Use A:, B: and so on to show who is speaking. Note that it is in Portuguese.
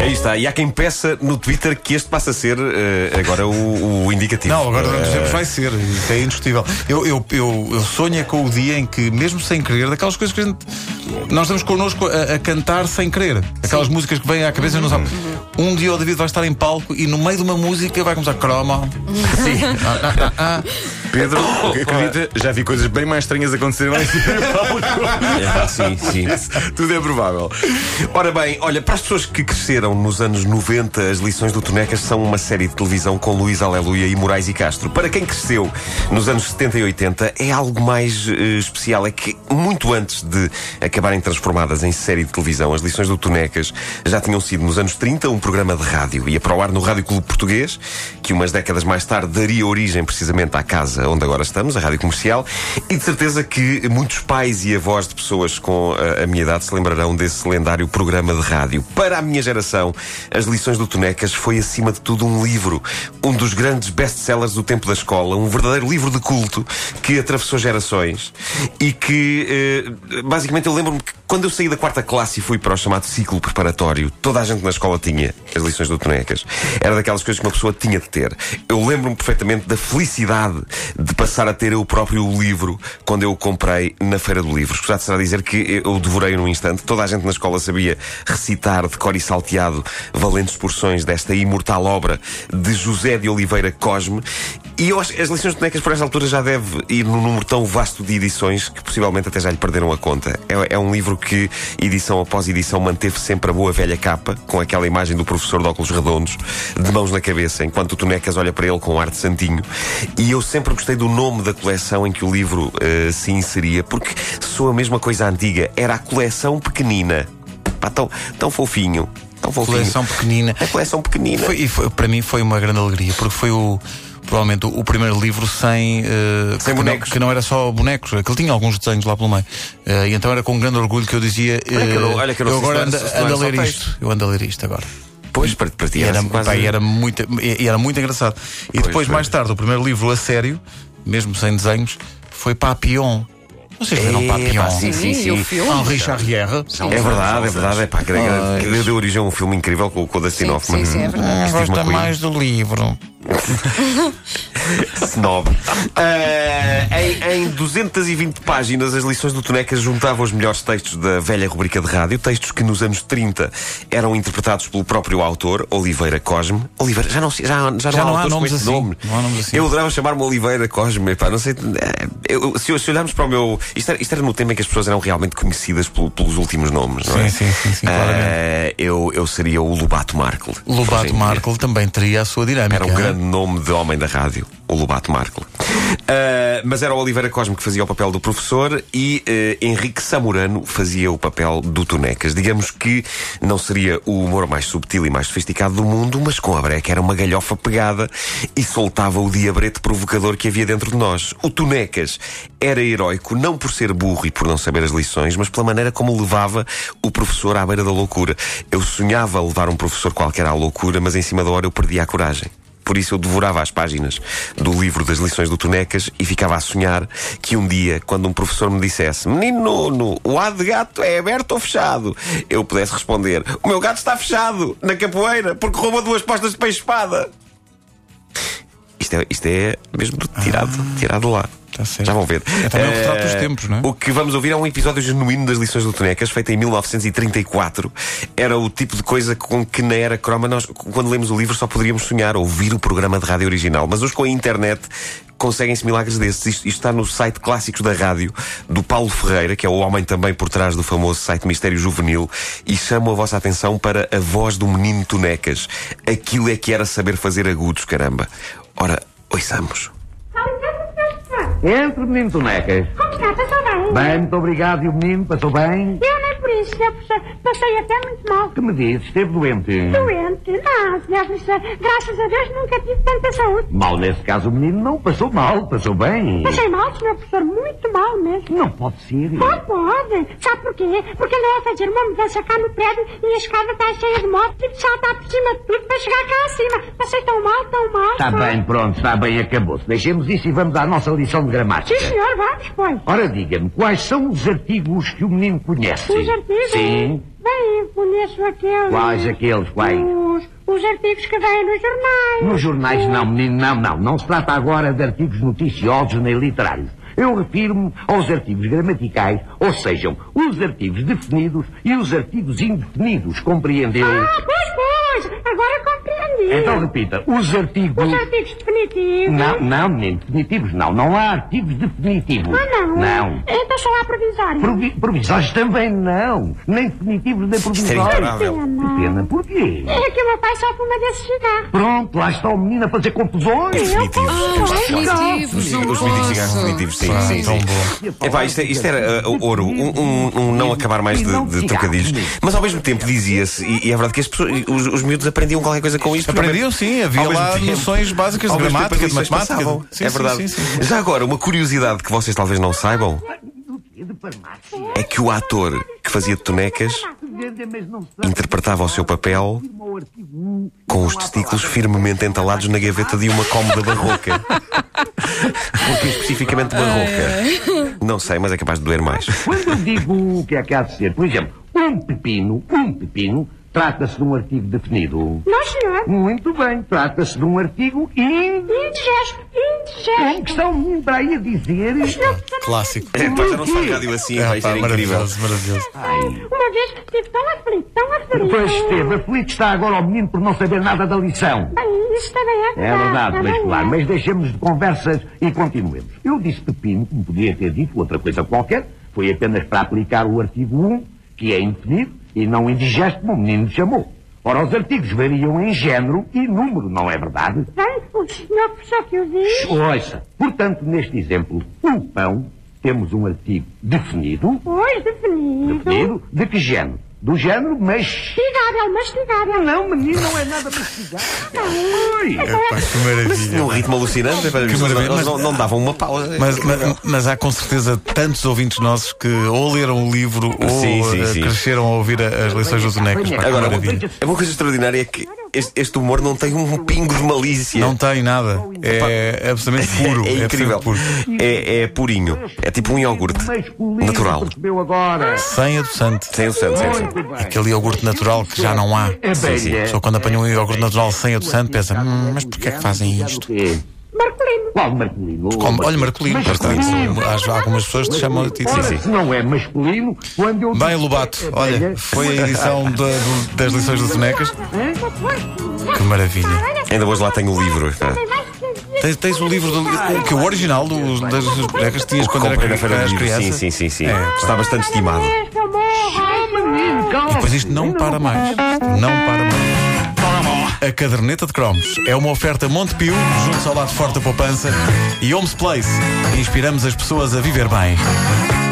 A: Aí está. E há quem peça no Twitter que este passa a ser eh, agora o, o indicativo.
B: Não, agora durante os
A: Eh,
B: tempos vai ser, isso é indiscutível. Eu, eu, eu, eu sonho é com o dia em que, mesmo sem querer, daquelas coisas que a gente. Nós estamos connosco a, a cantar sem querer. Aquelas músicas que vêm à cabeça e não sabe.
A: Uhum.
B: Um dia o David vai estar em palco e no meio de uma música vai começar croma. Sim.
C: Pedro,
A: Oh, é
C: acredita, já vi coisas bem mais estranhas acontecerem lá em cima do palco.
A: é, pá, sim, sim.
C: Isso, Tudo é provável.
A: Ora bem, olha, para as pessoas que cresceram nos anos 90, as lições do Tonecas são uma série de televisão com Luís Aleluia e Moraes e Castro. Para quem cresceu nos anos 70 e 80, é algo mais eh, especial. É que muito antes de acabarem transformadas em série de televisão, as lições do Tonecas já tinham sido nos anos 30 um programa de rádio. Ia para o ar no Rádio Clube Português, que umas décadas mais tarde daria origem precisamente à casa onde agora estamos, a Rádio Comercial, e de certeza que muitos pais e avós de pessoas com eh, a, a minha idade se lembrarão desse lendário programa de rádio. Para a minha geração, As Lições do Tonecas foi acima de tudo um livro, um dos grandes best-sellers do tempo da escola, um verdadeiro livro de culto que atravessou gerações e que, eh, basicamente, eu lembro-me que quando eu saí da quarta classe e fui para o chamado ciclo preparatório, toda a gente na escola tinha as lições do Tonecas. Era daquelas coisas que uma pessoa tinha de ter. Eu lembro-me perfeitamente da felicidade de passar a ter eu próprio o livro quando eu o comprei na Feira do Livro. Escusado será dizer que eu o devorei num instante. Toda a gente na escola sabia recitar de cor e salteado valentes porções desta imortal obra de José de Oliveira Cosme. E eu acho que as lições do Tonecas, por esta altura, já deve ir num número tão vasto de edições que possivelmente até já lhe perderam a conta. É, é um livro que, edição após edição, manteve sempre a boa velha capa, com aquela imagem do professor de óculos redondos, de mãos na cabeça, enquanto o Tonecas olha para ele com um ar de santinho. E eu sempre gostei do nome da coleção em que o livro eh, se inseria, porque sou a mesma coisa antiga. Era a coleção pequenina. Pá, tão, tão fofinho. Tão fofinho.
B: Coleção pequenina.
A: A coleção pequenina.
B: Foi- e foi- para mim foi uma grande alegria, porque foi o. Provavelmente o, o primeiro livro sem, eh, que não-
A: bonecos.
B: que não era só bonecos, aquele tinha alguns desenhos lá pelo meio. Eh, e então era com grande orgulho que eu dizia:
A: Olha que eu não-
B: eh,
A: olha que eu não sei se
B: agora
A: não era-
B: ando,
A: se não era
B: ando a
A: só
B: ler
A: texto.
B: isto. Eu ando a ler isto agora.
A: Pois, para, para ti
B: E era,
A: assim quase-
B: pá, e era muito, e e era muito engraçado. E depois,
A: foi.
B: mais tarde, o primeiro livro a sério, mesmo sem desenhos, foi Papillon. Vocês viram
A: Epá,
B: Papillon?
A: sim, sim,
D: Sim, e o
A: sim.
D: filme?
B: Henri Charrière.
A: É verdade, é verdade. É pá, que deu- que deu origem a um filme incrível com, com o Dustin
D: Sim,
A: Hoffman.
D: sim, sim, é verdade.
A: Steve McQueen.
B: do livro.
A: Snob. Ah, em, em 220 páginas, as lições do Tonecas juntavam os melhores textos da velha rubrica de rádio, textos que nos anos 30 eram interpretados pelo próprio autor, Oliveira Cosme. Oliveira, já não, se- já, já
B: Já
A: não
B: não
A: há
B: há
A: autores com
B: nomes
A: este
B: assim.
A: nome.
B: Não há nomes assim.
A: Eu adorava chamar-me Oliveira Cosme, pá, não sei. eh, eu- se, se olharmos para o meu. Isto era, isto era no tempo em que as pessoas eram realmente conhecidas pelo- pelos últimos nomes, não é?
B: Sim, sim, sim, sim,
A: Ah,
B: claramente.
A: eu, eu seria o Lobato Markle. Hoje em
B: Lobato
A: dia.
B: Markle também teria a sua dinâmica. né?
A: Era um
B: hein?
A: grande nome de homem da rádio, o Lobato Markle. Ah, mas era o Oliveira Cosme que fazia o papel do professor e eh, Henrique Samurano fazia o papel do Tonecas. Digamos que não seria o humor mais subtil e mais sofisticado do mundo, mas com a breca era uma galhofa pegada e soltava o diabrete provocador que havia dentro de nós. O Tonecas era heróico não por ser burro e por não saber as lições, mas pela maneira como levava o professor à beira da loucura. Eu sonhava levar um professor qualquer à loucura, mas em cima da hora eu perdia a coragem. Por isso eu devorava as páginas do livro das lições do Tonecas e ficava a sonhar que um dia, quando um professor me dissesse Menino Nuno, o ar de gato é aberto ou fechado? Eu pudesse responder O meu gato está fechado, na capoeira, porque roubou duas postas de peixe-espada. Isto é, isto é mesmo tirado, tirado de lá.
B: tá certo.
A: Já vão ver.
B: É também um
A: Eh,
B: retrato dos tempos, não é?
A: O que vamos ouvir é um episódio genuíno das lições do Tonecas, feito em 1934. Era o tipo de coisa com que na era croma nós, quando lemos o livro, só poderíamos sonhar, ouvir o programa de rádio original. Mas hoje com a internet conseguem-se milagres desses. Isto, isto está no site Clássicos da Rádio, do Paulo Ferreira, que é o homem também por trás do famoso site Mistério Juvenil, e chamo a vossa atenção para a voz do menino Tonecas. Aquilo é que era saber fazer agudos, caramba. Ora, oiçamos.
E: Entre, menino Tonecas.
F: Como está? Passou bem?
E: Bem, muito obrigado. E o menino passou bem?
F: Eu nem por isso, senhor professor. Passei até muito mal.
E: Que me dizes? Esteve doente?
F: Doente? Não, senhor professor. Graças a Deus nunca tive tanta saúde.
E: Mal, nesse caso, o menino não passou mal, passou bem.
F: Passei mal, senhor professor. Muito mal mesmo.
E: Não pode ser.
F: Não pode. Sabe porquê? Porque andei a fazer uma mudança cá no prédio e a escada está cheia de moto. Tive de saltar por cima de tudo para chegar cá acima. Passei tão mal, tão mal.
E: Está Tá bem, pronto, está bem, acabou-se. Deixemos isso e vamos à nossa lição de
F: Sim,
E: gramática.
F: senhor. Vamos, pois.
E: Ora, diga-me, quais são os artigos que o menino conhece?
F: Os artigos.
E: Sim.
F: Bem, o conheço aqueles.
E: Quais aqueles, quais?
F: Os, os artigos que vêm nos jornais.
E: Nos jornais, não, menino, não, não. Não se trata agora de artigos noticiosos nem literários. Eu refiro-me aos artigos gramaticais, ou sejam, os artigos definidos e os artigos indefinidos, compreendeu?
F: Ah, pois, pois. Agora compreendi.
E: Então repita, os artigos...
F: Os artigos definitivos.
E: Não, não, menino, definitivos não. Não há artigos definitivos.
F: Ah, não.
E: Não.
F: Então só há provisório.
E: Provi provisórios também não. Nem definitivos, nem provisórios.
A: intolerável.
E: Que Pena, porquê?
F: É que o meu pai só fuma desse cigarro.
E: Pronto, lá está o menino a fazer confusões.
A: Definitivos.
D: Os definitivos, não
A: Ah, Os mitos gigantes
D: posso.
A: definitivos, sim,
B: Ah,
D: Pá,
A: sim,
D: tão
A: sim. Epá, isto, é- isto era uh, ouro, um, um- um não acabar mais de, de trocadilhos. Mas ao mesmo tempo dizia-se, e, e é verdade que as pessoas, os, os miúdos aprendiam qualquer coisa com isto.
B: Aprendiam sim, havia
A: Ao mesmo
B: lá
A: tempo.
B: noções básicas de
A: Ao mesmo tempo
B: gramática,
A: as
B: de
A: lições
B: matemática.
A: passavam.
B: Sim,
A: é
B: sim,
A: verdade.
B: sim, sim.
A: Já agora, uma curiosidade que vocês talvez não saibam
E: De farmácia.
A: é que o ator que fazia de tonecas
E: Venda, mas não se trata
A: interpretava o seu papel
E: de um artigo um.
A: com os testículos firmemente entalados na gaveta de uma cómoda barroca. Porque especificamente barroca. Não sei, mas é capaz de doer mais.
E: Quando eu digo o que é que há de ser, por exemplo, um pepino, um pepino, trata-se de um artigo definido.
F: Não, senhor.
E: Muito bem, trata-se de um artigo in...
F: Indigesto,
E: em que
F: indigesto.
E: estão me para aí a dizer.
B: Clássico.
A: É, pá, já não se faz rádio assim, vai
B: pá,
A: ser incrível.
B: maravilhoso, maravilhoso.
F: Uma vez estive tão aflito, tão aflito.
E: Pois esteve, aflito está agora o menino por não saber nada da lição.
F: Bem, isso também é
E: É
F: verdade.
E: verdade,
F: também
E: mas
F: é.
E: claro, mas deixemos de conversas e continuemos. Eu disse pepino, como podia ter dito outra coisa qualquer, foi apenas para aplicar o artigo 1, que é indefinido e não indigesto, como o menino chamou. Ora, os artigos variam em género e número, não é verdade?
F: Bem, o senhor professor que eu vi.
E: Ouça, portanto, neste exemplo, o pão, temos um artigo definido,
F: Pois, definido.
E: definido, de que género? Do género, mas...
F: Mastigável, mastigável. Ah, tá
E: Não, menino, não é nada mastigável. Oi!
B: Pá, que maravilha.
A: Num um ritmo alucinante, é para- eles não,
B: maravilha,
A: eles não- não davam uma pausa.
B: Mas, mas, mas há com certeza tantos ouvintes nossos que ou leram o livro ou
A: Sim, sim,
B: eh,
A: sim.
B: cresceram a ouvir a- as lições dos bonecos. Pá, que
A: Agora, uma,
B: maravilha.
A: é uma coisa extraordinária é que este, este humor não tem um pingo de malícia.
B: Não tem nada. É absolutamente puro.
A: é incrível.
B: absolutamente puro.
A: É, é purinho. É tipo um iogurte.
E: Masculino,
A: Natural.
E: Percebeu agora?
B: Sem adoçante.
A: Sem o santo, sem o santo.
E: Muito bem.
B: Ah. Aquele iogurte natural que já não há.
E: É
A: Sim, sim.
B: A pessoa quando apanha um iogurte natural sem adoçante pensa, "Hum, mas porquê é que fazem isto?
F: Marcolino.
E: Qual Marcolino?
B: Como, olha, Marcolino, portanto, há algumas pessoas é que te chamam a ti.
E: Ora, se não é masculino, quando eu... é
B: Bem, Lobato, olha, foi a edição da- do- das lições dos bonecas. Que maravilha.
A: Ainda hoje lá tenho o livro, é. pá.
B: Tens, tens o livro do, o- Ah, que é, o original do, das lições dos bonecas tinhas quando era,
A: Comprei na feira
B: eras
A: do livro.
B: criança.
A: Sim, sim, sim, sim.
B: É, pá.
A: Está bastante estimado.
E: então
B: Pois isto não para mais. Não para mais. A caderneta de cromos é uma oferta Montepio, junto ao lado forte da poupança, e Homes Place. Inspiramos as pessoas a viver bem.